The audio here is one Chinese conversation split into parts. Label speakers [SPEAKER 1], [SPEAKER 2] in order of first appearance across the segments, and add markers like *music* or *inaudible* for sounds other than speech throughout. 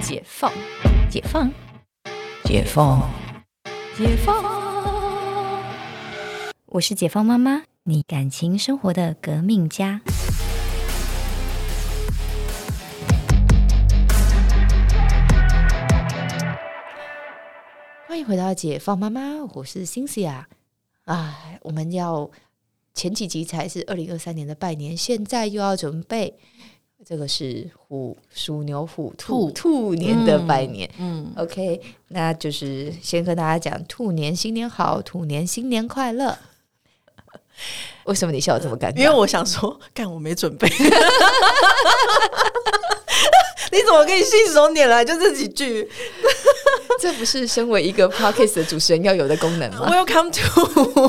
[SPEAKER 1] 解放，解放，解放，解放。
[SPEAKER 2] 我是解放妈妈，你感情生活的革命家。
[SPEAKER 1] 欢迎回到解放妈妈，我是 Cynthia。哎，我们要前几集才是二零二三年的拜年，现在又要准备这个是虎鼠牛虎兔
[SPEAKER 3] 兔
[SPEAKER 1] 兔年的拜年。
[SPEAKER 3] 嗯，
[SPEAKER 1] OK，那就是先跟大家讲兔年新年好，兔年新年快乐。为什么你笑得这么尴
[SPEAKER 3] 因为
[SPEAKER 1] 尬？
[SPEAKER 3] 我想说， *laughs* 干我没准备。你怎么可以信手拈来就这几句
[SPEAKER 1] 这不是身为一个 podcast 的主持人要有的功能吗？
[SPEAKER 3] ？Welcome to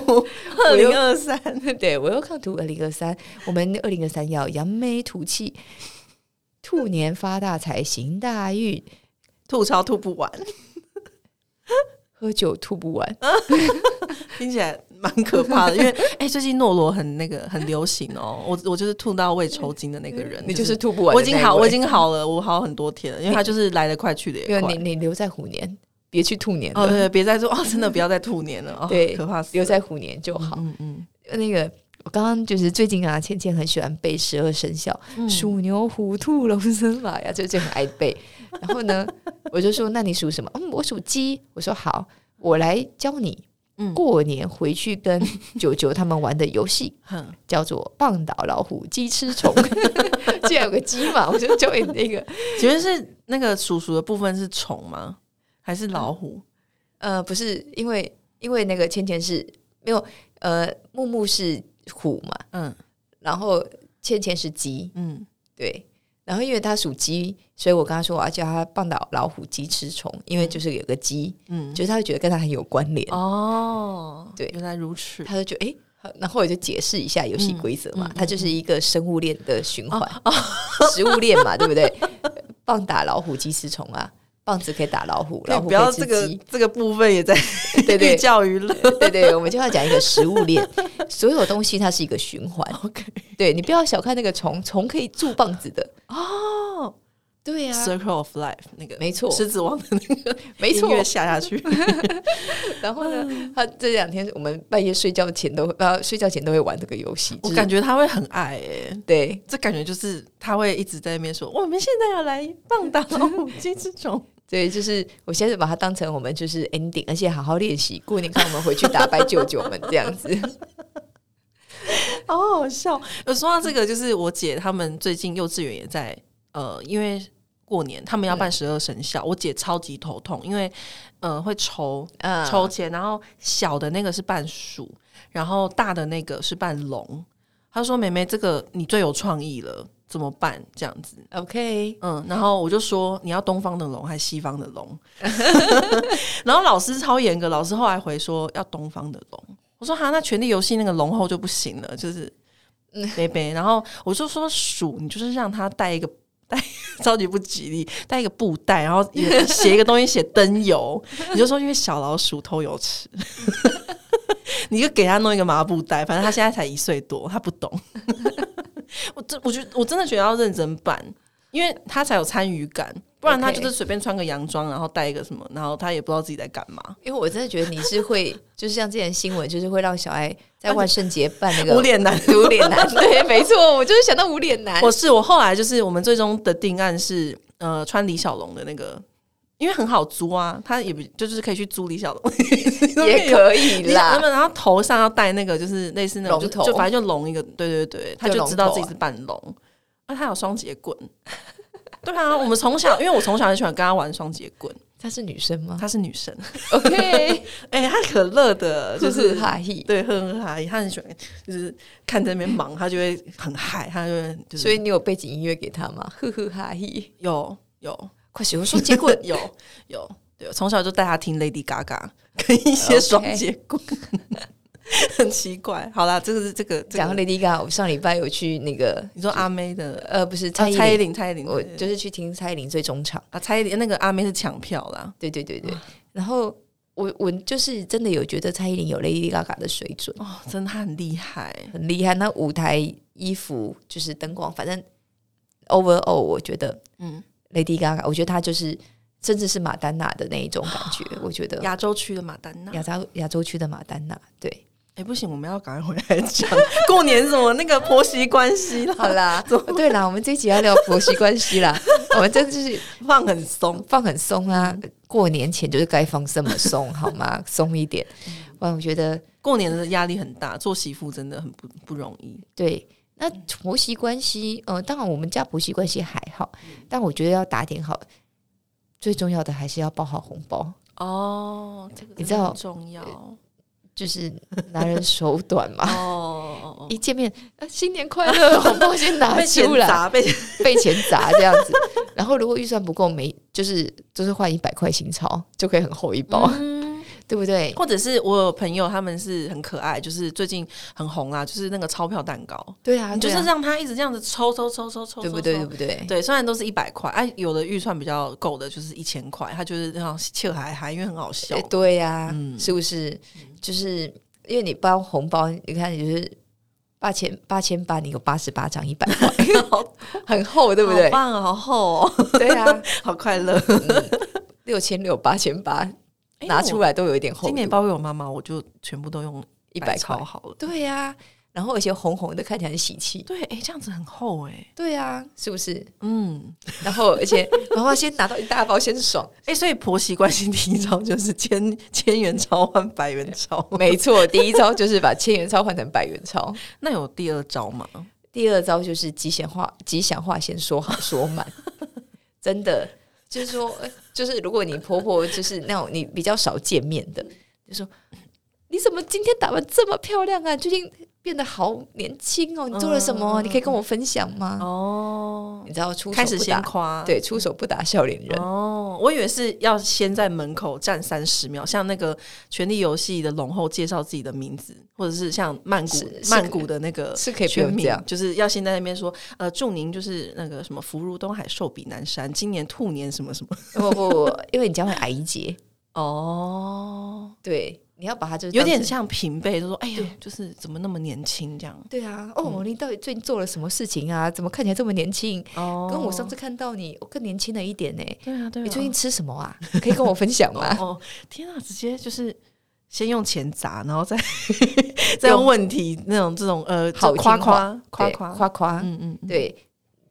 [SPEAKER 3] *laughs* 二零二三，
[SPEAKER 1] 对我又 *laughs* 看图二零二三，我们二零二三要扬眉吐气，兔年发大财，行大运，
[SPEAKER 3] 吐槽吐不完，
[SPEAKER 1] 喝酒吐不完。
[SPEAKER 3] 啊听起来蛮可怕的。因为哎、最近诺罗很那个很流行哦，我我就是吐到胃抽筋的那个人，
[SPEAKER 1] 你就是吐不完的
[SPEAKER 3] 我
[SPEAKER 1] 那
[SPEAKER 3] 已
[SPEAKER 1] 一
[SPEAKER 3] 经好，
[SPEAKER 1] 位
[SPEAKER 3] 我已经好了，我好很多天了，因为他就是来得快去得
[SPEAKER 1] 因
[SPEAKER 3] 也
[SPEAKER 1] 为
[SPEAKER 3] 快
[SPEAKER 1] 你。你留在虎年，别去兔年了。
[SPEAKER 3] 哦，对，别再说哦，真的不要再吐年了，哦、
[SPEAKER 1] 对
[SPEAKER 3] 可怕死了。
[SPEAKER 1] 留在虎年就好。
[SPEAKER 3] 嗯嗯，
[SPEAKER 1] 呃那个我刚刚就是最近啊，倩倩很喜欢背十二生肖，鼠、牛、虎、兔、龙、生、马呀，就就很爱背。然后呢，我就说：“那你属什么？”嗯，我属鸡。我说：“好，我来教你。”
[SPEAKER 3] 嗯
[SPEAKER 1] 过年回去跟九九他们玩的游戏
[SPEAKER 3] 哼
[SPEAKER 1] 叫做“棒打老虎，鸡吃虫”， *laughs* 既然有个鸡嘛，我就教你那个
[SPEAKER 3] 请问是那个鼠鼠的部分是虫吗？还是老虎？
[SPEAKER 1] 呃，不是因为因为那个芊芊是没有呃木木是虎嘛，
[SPEAKER 3] 嗯
[SPEAKER 1] 然后芊芊是鸡，
[SPEAKER 3] 嗯，
[SPEAKER 1] 对。然后因为它属鸡，所以我跟他说我要叫他棒打老虎鸡吃虫，因为就是有个鸡，
[SPEAKER 3] 嗯
[SPEAKER 1] 就是他会觉得跟他很有关联，
[SPEAKER 3] 哦，
[SPEAKER 1] 对
[SPEAKER 3] 原来如此。
[SPEAKER 1] 他就觉得诶，好然后我就解释一下游戏
[SPEAKER 3] 嗯
[SPEAKER 1] 规则嘛，它就是一个生物链的循环，
[SPEAKER 3] 哦
[SPEAKER 1] 食物链嘛，对不对？棒打老虎鸡吃虫啊，棒子可以打老虎，
[SPEAKER 3] 可以
[SPEAKER 1] 老虎
[SPEAKER 3] 不
[SPEAKER 1] 可
[SPEAKER 3] 要
[SPEAKER 1] 以吃
[SPEAKER 3] 这个
[SPEAKER 1] 鸡，
[SPEAKER 3] 这个部分也在
[SPEAKER 1] 对对
[SPEAKER 3] 寓教于乐。
[SPEAKER 1] 对对，我们就要讲一个食物链，所有东西它是一个循环。
[SPEAKER 3] *laughs* OK，
[SPEAKER 1] 对你不要小看那个虫，虫可以助棒子的。
[SPEAKER 3] 哦
[SPEAKER 1] 对啊呀、
[SPEAKER 3] ，Circle of Life 那个
[SPEAKER 1] 没错
[SPEAKER 3] 狮子王的那个
[SPEAKER 1] 没错
[SPEAKER 3] 音乐下下
[SPEAKER 1] *laughs*
[SPEAKER 3] 去，嗯
[SPEAKER 1] 然后呢，他这两天我们半夜睡觉前都会呃睡觉前都会玩这个游戏。就
[SPEAKER 3] 我
[SPEAKER 1] 是
[SPEAKER 3] 感觉他会很爱诶。
[SPEAKER 1] 对
[SPEAKER 3] 这感觉就是他会一直在那边说，我们现在要来棒打老虎鸡之虫。
[SPEAKER 1] 对，就是我现在把它当成我们就是 ending，而且好好练习，过年看我们回去打败舅舅们这样
[SPEAKER 3] *laughs*
[SPEAKER 1] 子。
[SPEAKER 3] *laughs* 好好笑。有说到这个，就是我姐他们最近幼稚园也在，呃，因为过年他们要办十二生肖，我姐超级头痛，因为呃会抽
[SPEAKER 1] 嗯
[SPEAKER 3] 抽签，然后小的那个是扮鼠，然后大的那个是扮龙。她说：“妹妹，这个你最有创意了，怎么办？这样子。”
[SPEAKER 1] OK，
[SPEAKER 3] 嗯，然后我就说你要东方的龙还是西方的龙？然后老师超严格，老师后来回说要东方的龙。我说哈，那《权力游戏》那个龙后就不行了，就是
[SPEAKER 1] 嗯
[SPEAKER 3] 贝贝。然后我就说鼠，你就是让他带一个 *laughs* 带超级不吉利，带一个布袋，然后也写一个东西写灯油。你就说因为小老鼠偷油吃， *laughs* 你就给他弄一个麻布袋，反正他现在才一岁多，他不懂。 *laughs* 我真我觉得我真的觉得要认真办，因为他才有参与感，不然他
[SPEAKER 1] OK
[SPEAKER 3] 就是随便穿个洋装，然后带一个什么，然后他也不知道自己在干嘛。
[SPEAKER 1] 因为我真的觉得你是会，就是像之前新闻，就是会让小爱在万圣节扮那个
[SPEAKER 3] 无脸男
[SPEAKER 1] 无脸
[SPEAKER 3] *laughs*
[SPEAKER 1] 男。对，没错，我就是想到无脸男。
[SPEAKER 3] 我是我后来就是我们最终的定案是，呃，穿李小龙的那个，因为很好租啊，他也不就是可以去租李小龙，
[SPEAKER 1] *laughs* 也可以
[SPEAKER 3] 那
[SPEAKER 1] 啦，
[SPEAKER 3] 么然后头上要戴那个就是类似那种
[SPEAKER 1] 龙
[SPEAKER 3] 就
[SPEAKER 1] 头
[SPEAKER 3] 就反正就龙一个，对对对，他
[SPEAKER 1] 就
[SPEAKER 3] 就
[SPEAKER 1] 龙
[SPEAKER 3] 知道
[SPEAKER 1] 头
[SPEAKER 3] 自己是扮龙，啊，他有双节棍。对啊，我们从小，因为我从小很喜欢跟他玩双节棍，
[SPEAKER 1] 她是女生吗
[SPEAKER 3] 她是女生，
[SPEAKER 1] ？OK，
[SPEAKER 3] 哎、她可乐的，就
[SPEAKER 1] 就是是哈嘿。
[SPEAKER 3] 对，呵呵哈，她很喜欢，就是看在那边忙，她就会很嗨，她就会就是
[SPEAKER 1] 所以你有背景音乐给他吗？ *laughs* 呵呵哈嘿。
[SPEAKER 3] 有有，
[SPEAKER 1] 快使用
[SPEAKER 3] 说
[SPEAKER 1] 双
[SPEAKER 3] 结
[SPEAKER 1] 节 *laughs*
[SPEAKER 3] 棍。
[SPEAKER 1] 棍
[SPEAKER 3] 有有，对，从小就带他听 Lady Gaga *laughs* 跟一些
[SPEAKER 1] OK
[SPEAKER 3] 双节棍，很奇怪。好啦，这个是这个这
[SPEAKER 1] 讲到
[SPEAKER 3] 个，
[SPEAKER 1] Lady Gaga，我上礼拜有去那个，
[SPEAKER 3] 你说阿妹的
[SPEAKER 1] 呃，不是
[SPEAKER 3] 啊
[SPEAKER 1] 蔡依
[SPEAKER 3] 蔡依
[SPEAKER 1] 林，
[SPEAKER 3] 林，蔡依林，
[SPEAKER 1] 我
[SPEAKER 3] 对对对
[SPEAKER 1] 就是去听蔡依林最终场。
[SPEAKER 3] 啊，蔡依林那个阿妹是抢票啦。
[SPEAKER 1] 对对对对，然后我我就是真的有觉得蔡依林有 Lady Gaga 的水准，
[SPEAKER 3] 哦，真的她很厉害，
[SPEAKER 1] 很厉害。那舞台衣服就是灯光，反正 overall 我觉得
[SPEAKER 3] 嗯，
[SPEAKER 1] Lady Gaga，我觉得她就是甚至是马丹娜的那一种感觉，我觉得
[SPEAKER 3] 啊亚洲区的马丹娜。
[SPEAKER 1] 亚洲亚洲区的马丹娜，对，
[SPEAKER 3] 哎、不行，我们要赶快回来讲过年怎么那个婆媳关系啦，
[SPEAKER 1] 好啦，对啦，我们这一集要聊婆媳关系啦，我们真的就是
[SPEAKER 3] 放很松。
[SPEAKER 1] 放很松啊，过年前就是该放这么松好吗？松一点，不然我觉得
[SPEAKER 3] 过年的压力很大，做媳妇真的很不不容易。
[SPEAKER 1] 对。那婆媳关系，呃，当然我们家婆媳关系还好，但我觉得要打点好，最重要的还是要包好红包。
[SPEAKER 3] 哦，这个
[SPEAKER 1] 你知道
[SPEAKER 3] 很重要哦
[SPEAKER 1] 就是男人手短嘛，
[SPEAKER 3] *laughs* 哦
[SPEAKER 1] *laughs* 一见面，啊、新年快乐， *laughs* 红包先
[SPEAKER 3] 哦，
[SPEAKER 1] 拿
[SPEAKER 3] *laughs* 被
[SPEAKER 1] 出
[SPEAKER 3] 钱
[SPEAKER 1] 来，
[SPEAKER 3] 砸，被
[SPEAKER 1] 被钱砸这样子。然后如果预算不够，没就是就是换一百块新钞就可以很厚一包，对不对？
[SPEAKER 3] 或者是我有朋友他们是很可爱，就是最近很红啦，就是那个钞票蛋糕，
[SPEAKER 1] 对啊，
[SPEAKER 3] 你就
[SPEAKER 1] 对啊
[SPEAKER 3] 是让他一直这样子抽抽抽抽抽，
[SPEAKER 1] 对不
[SPEAKER 3] 抽
[SPEAKER 1] 对？
[SPEAKER 3] 抽
[SPEAKER 1] 对不对？
[SPEAKER 3] 对，虽然都是一百块，哎、有的预算比较够的，就是一千块，他就是让切还还，因为很好笑
[SPEAKER 1] 哎，对呀、
[SPEAKER 3] 嗯
[SPEAKER 1] 是不是？就是因为你包红包，你看你就是八千八千八，你有八十八张一百
[SPEAKER 3] *laughs*
[SPEAKER 1] 块，很厚，对不对
[SPEAKER 3] 好？棒啊，好厚、 *laughs* 哦，
[SPEAKER 1] 对啊，
[SPEAKER 3] 好快乐。
[SPEAKER 1] 六千六八千八
[SPEAKER 3] 哎
[SPEAKER 1] 拿出，来都有一点
[SPEAKER 3] 我
[SPEAKER 1] 厚
[SPEAKER 3] 今年
[SPEAKER 1] 度，
[SPEAKER 3] 包给我妈妈，我就全部都用一
[SPEAKER 1] 100
[SPEAKER 3] 超
[SPEAKER 1] 块
[SPEAKER 3] 好了。
[SPEAKER 1] 对呀、然后而且红红的，看起来很喜气，
[SPEAKER 3] 对，哎、这样子很厚哎、
[SPEAKER 1] 对啊，是不是？
[SPEAKER 3] 嗯，
[SPEAKER 1] 然后而且妈妈先拿到一大包，先
[SPEAKER 3] *laughs*
[SPEAKER 1] 爽，
[SPEAKER 3] 哎、所以婆媳关系第一招就是千千元钞换百元钞，
[SPEAKER 1] 没错，第一招就是把千元钞换成百元钞，
[SPEAKER 3] 那有第二招吗？
[SPEAKER 1] 第二招就是吉祥话，吉祥话先说好说满， *laughs* 真的就是说，呃就是如果你婆婆就是那种你比较少见面的，就说你怎么今天打扮这么漂亮啊？最近变得好年轻哦，你做了什么啊？
[SPEAKER 3] 嗯
[SPEAKER 1] 你可以跟我分享吗？
[SPEAKER 3] 哦，
[SPEAKER 1] 你知嗯道出手
[SPEAKER 3] 开始
[SPEAKER 1] 不
[SPEAKER 3] 先
[SPEAKER 1] 打，
[SPEAKER 3] 夸，
[SPEAKER 1] 对，出手不打笑脸人，
[SPEAKER 3] 哦，我以为是要先在门口站三十秒，像那个《权力游戏》的龙后介绍自己的名字，或者是像曼谷
[SPEAKER 1] 是是
[SPEAKER 3] 曼谷的那个
[SPEAKER 1] 是可以不
[SPEAKER 3] 全
[SPEAKER 1] 用
[SPEAKER 3] 名
[SPEAKER 1] 这样，
[SPEAKER 3] 就是要先在那边说，呃，祝您就是那个什么福如东海，寿比南山，今年兔年什么什么。 *laughs*
[SPEAKER 1] 不不不，因为你将会挨一截，
[SPEAKER 3] 哦，
[SPEAKER 1] 对，你要把它就是
[SPEAKER 3] 有点
[SPEAKER 1] 当成。
[SPEAKER 3] 像平辈，就说哎呀，就是怎么那么年轻这样。
[SPEAKER 1] 对啊，哦，
[SPEAKER 3] 嗯
[SPEAKER 1] 你到底最近做了什么事情啊？怎么看起来这么年轻？
[SPEAKER 3] 哦
[SPEAKER 1] 跟我上次看到你，我更年轻了一点呢、
[SPEAKER 3] 对啊对啊，
[SPEAKER 1] 你最近吃什么啊？ *laughs* 可以跟我分享 *laughs* 吗？
[SPEAKER 3] 哦，天啊，直接就是先用钱砸，然后
[SPEAKER 1] *laughs*
[SPEAKER 3] 再再用问题那种这种呃，
[SPEAKER 1] 好
[SPEAKER 3] 就夸
[SPEAKER 1] 听话
[SPEAKER 3] 夸夸
[SPEAKER 1] 对
[SPEAKER 3] 夸，
[SPEAKER 1] 夸夸，
[SPEAKER 3] 嗯嗯，嗯，
[SPEAKER 1] 对。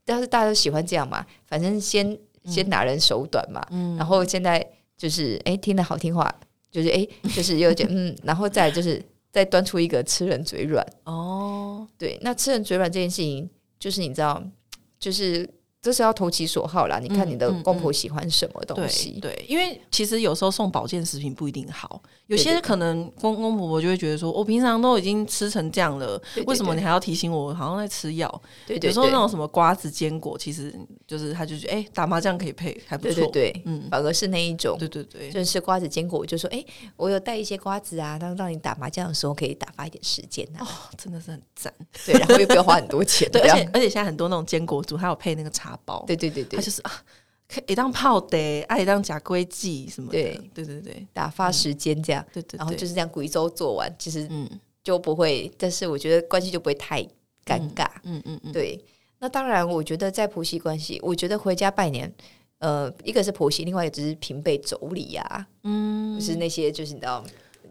[SPEAKER 1] 但是大家都喜欢这样嘛，反正先先拿人手短嘛，
[SPEAKER 3] 嗯
[SPEAKER 1] 然后现在就是哎、听得好听话，就是哎、 *laughs* 就是又觉得嗯，然后再来就是再端出一个吃人嘴软，
[SPEAKER 3] 哦，
[SPEAKER 1] 对，那吃人嘴软这件事情，就是你知道，就是这是要投其所好啦，你看你的
[SPEAKER 3] 嗯嗯
[SPEAKER 1] 公婆喜欢什么东西，
[SPEAKER 3] 对对，因为其实有时候送保健食品不一定好，有
[SPEAKER 1] 对对
[SPEAKER 3] 些可能公公婆婆就会觉得说，哦我平常都已经吃成这样了
[SPEAKER 1] 对对，
[SPEAKER 3] 为什么
[SPEAKER 1] 对
[SPEAKER 3] 你还要提醒我好像在吃药？
[SPEAKER 1] 对
[SPEAKER 3] 有
[SPEAKER 1] 对
[SPEAKER 3] 时候
[SPEAKER 1] 对
[SPEAKER 3] 那种什么瓜子、坚果，其实就是他就觉得，哎，打麻将可以配，还不
[SPEAKER 1] 对对
[SPEAKER 3] 错。
[SPEAKER 1] 对，
[SPEAKER 3] 嗯，
[SPEAKER 1] 反而是那一种
[SPEAKER 3] 对对对，
[SPEAKER 1] 就是瓜子坚果，我就说，哎、我有带一些瓜子啊，让让你打麻将的时候可以打发一点时间啊。
[SPEAKER 3] 哦，真的是很赞。
[SPEAKER 1] 对，然后又不要花很多
[SPEAKER 3] *laughs*
[SPEAKER 1] 钱，
[SPEAKER 3] 对，
[SPEAKER 1] 这
[SPEAKER 3] 而
[SPEAKER 1] 样
[SPEAKER 3] 且而且现在很多那种坚果组，还有配那个茶包，
[SPEAKER 1] 对对对对
[SPEAKER 3] 它，就是啊，可以当泡的，爱当假龟记什么的，
[SPEAKER 1] 对
[SPEAKER 3] 对对对
[SPEAKER 1] 打发时间这样，
[SPEAKER 3] 对对，
[SPEAKER 1] 然后就是是这样，鼓一周做完，其实
[SPEAKER 3] 嗯
[SPEAKER 1] 就不会，但是我觉得关系就不会太尴尬。
[SPEAKER 3] 嗯嗯嗯，
[SPEAKER 1] 对，那当然，我觉得在婆媳关系，我觉得回家拜年。呃，一个是婆媳，另外一个就是平辈妯娌呀，
[SPEAKER 3] 嗯
[SPEAKER 1] 就是那些就是你知道，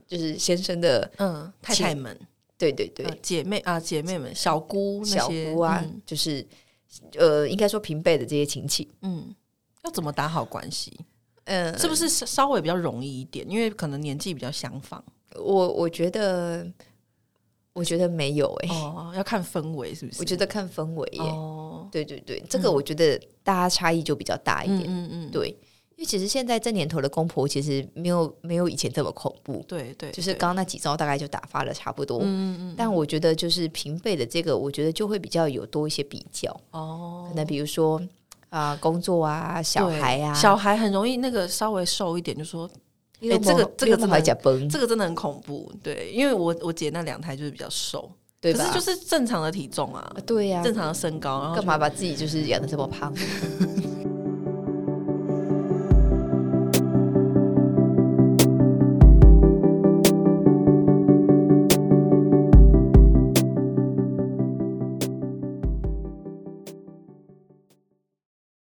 [SPEAKER 1] 就是先生的，
[SPEAKER 3] 嗯太太们、
[SPEAKER 1] 对对对
[SPEAKER 3] 呃，姐妹啊姐妹们、小姑那
[SPEAKER 1] 小
[SPEAKER 3] 些
[SPEAKER 1] 姑啊，
[SPEAKER 3] 嗯
[SPEAKER 1] 就是呃，应该说平辈的这些亲戚，
[SPEAKER 3] 嗯要怎么打好关系？
[SPEAKER 1] 嗯，
[SPEAKER 3] 是不是稍稍微比较容易一点？因为可能年纪比较相仿
[SPEAKER 1] 我我觉得，我觉得没有诶、
[SPEAKER 3] 哦，要看氛围是不是？
[SPEAKER 1] 哎我觉得看氛围耶、
[SPEAKER 3] 哦，
[SPEAKER 1] 对对对，这个我觉得大家差异就比较大一
[SPEAKER 3] 嗯
[SPEAKER 1] 点。
[SPEAKER 3] 嗯嗯，
[SPEAKER 1] 对，因为其实现在这年头的公婆其实没有没有以前这么恐怖，
[SPEAKER 3] 对对，
[SPEAKER 1] 就是
[SPEAKER 3] 对
[SPEAKER 1] 刚刚那几招大概就打发了差不多。
[SPEAKER 3] 嗯嗯
[SPEAKER 1] 但我觉得就是平辈的这个，我觉得就会比较有多一些比较，
[SPEAKER 3] 嗯哦
[SPEAKER 1] 可。能比如说啊、工作啊、小
[SPEAKER 3] 对
[SPEAKER 1] 孩啊，
[SPEAKER 3] 小孩很容易那个稍微瘦一点，就说
[SPEAKER 1] 你有
[SPEAKER 3] 哎这个
[SPEAKER 1] 没有
[SPEAKER 3] 这个
[SPEAKER 1] 没有
[SPEAKER 3] 真
[SPEAKER 1] 办法
[SPEAKER 3] 的
[SPEAKER 1] 讲崩，
[SPEAKER 3] 这个真的很恐怖。对，因为我我姐那两胎就是比较瘦，
[SPEAKER 1] 对
[SPEAKER 3] 可
[SPEAKER 1] 吧？
[SPEAKER 3] 是就是正常的体重啊，
[SPEAKER 1] 啊对呀、
[SPEAKER 3] 正常的身高，然后
[SPEAKER 1] 干嘛把自己就是养的这么胖？